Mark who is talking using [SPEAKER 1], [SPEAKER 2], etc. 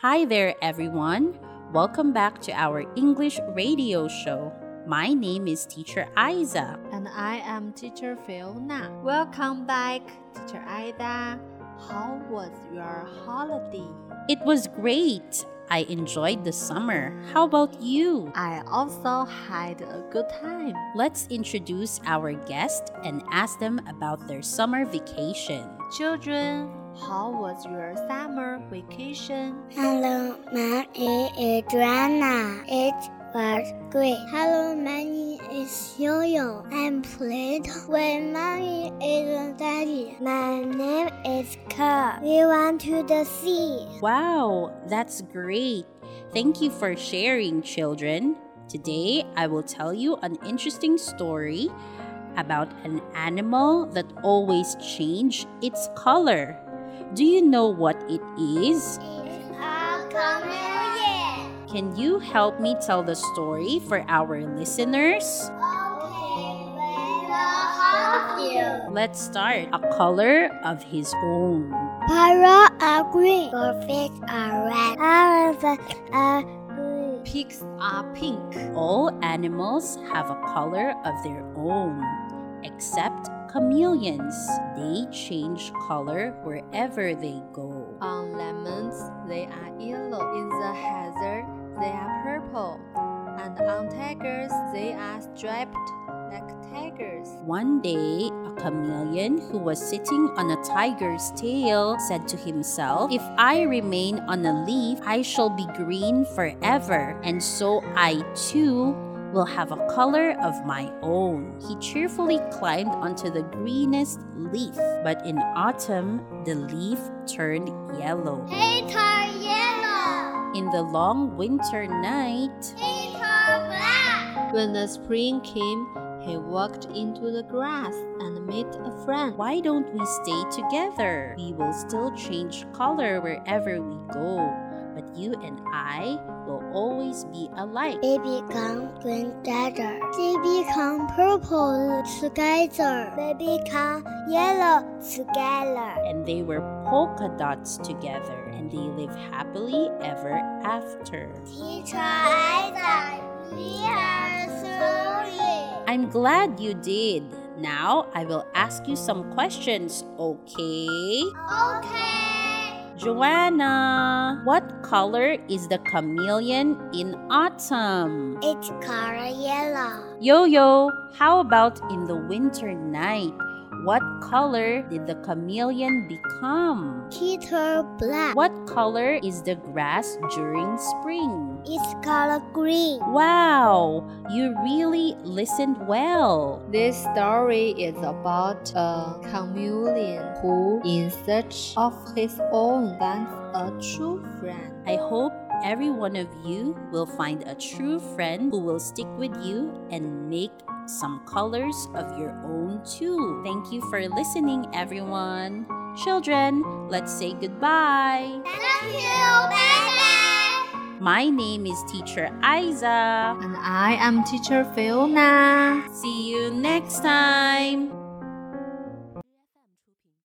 [SPEAKER 1] Hi there, everyone. Welcome back to our English radio show. My name is Teacher Isa.
[SPEAKER 2] And I am teacher Fiona. Welcome back, teacher Ida. How was your holiday?
[SPEAKER 1] It was great. I enjoyed the summer. How about you?
[SPEAKER 2] I also had a good time.
[SPEAKER 1] Let's introduce our guest and ask them about their summer vacation.
[SPEAKER 2] Children, how was your summer vacation?
[SPEAKER 3] Hello, my name is Joanna. It was great. Hello, my name is Yo-Yo. I'm played with mommy and daddy. My name is Carl. We went to the sea.
[SPEAKER 1] Wow, that's great. Thank you for sharing, children. Today, I will tell you an interesting story about an animal that always changes its color. Do you know what it is?
[SPEAKER 3] It's a chameleon.
[SPEAKER 1] Can you help me tell the story for our listeners?
[SPEAKER 3] Okay, we will help you.
[SPEAKER 1] Let's start. A color of his own.
[SPEAKER 3] Parrots are green. Goldfish are red. Elephants are blue.
[SPEAKER 2] Pigs are pink.
[SPEAKER 1] All animals have a color of their own, except chameleons. They change color wherever they go.
[SPEAKER 2] On lemons, they are yellow. In the hazard, they are purple. And on tigers, they are striped like tigers.
[SPEAKER 1] One day, a chameleon who was sitting on a tiger's tail said to himself, If I remain on a leaf, I shall be green forever, and so I too will have a color of my own. He cheerfully climbed onto the greenest leaf, but in autumn, the leaf turned yellow.
[SPEAKER 3] Eight are yellow.
[SPEAKER 1] In the long winter night,
[SPEAKER 3] Eight are black.
[SPEAKER 2] When the spring came, he walked into the grass and made a friend.
[SPEAKER 1] why don't we stay together? We will still change color wherever we go, but you and I will always be alike.
[SPEAKER 3] They become green desert. They become purple together. They become yellow together.
[SPEAKER 1] And they were polka dots together, and they live happily ever after.
[SPEAKER 3] Teacher Isaac, we are sorry.
[SPEAKER 1] I'm glad you did. Now I will ask you some questions, okay?
[SPEAKER 3] Okay.
[SPEAKER 1] Joanna, what color is the chameleon in autumn?
[SPEAKER 3] It's color yellow.
[SPEAKER 1] Yo yo, how about in the winter night? What color did the chameleon become?
[SPEAKER 3] Teacher black.
[SPEAKER 1] What color is the grass during spring?
[SPEAKER 3] It's color green.
[SPEAKER 1] Wow, you really listened well.
[SPEAKER 2] This story is about a chameleon who, in search of his own, finds a true friend.
[SPEAKER 1] I hope every one of you will find a true friend who will stick with you and make some colors of your own too. Thank you for listening, everyone. Children, let's say goodbye.
[SPEAKER 3] Thank you. Bye bye.
[SPEAKER 1] My name is Teacher Isa.
[SPEAKER 2] And I am teacher Fiona.
[SPEAKER 1] See you next time.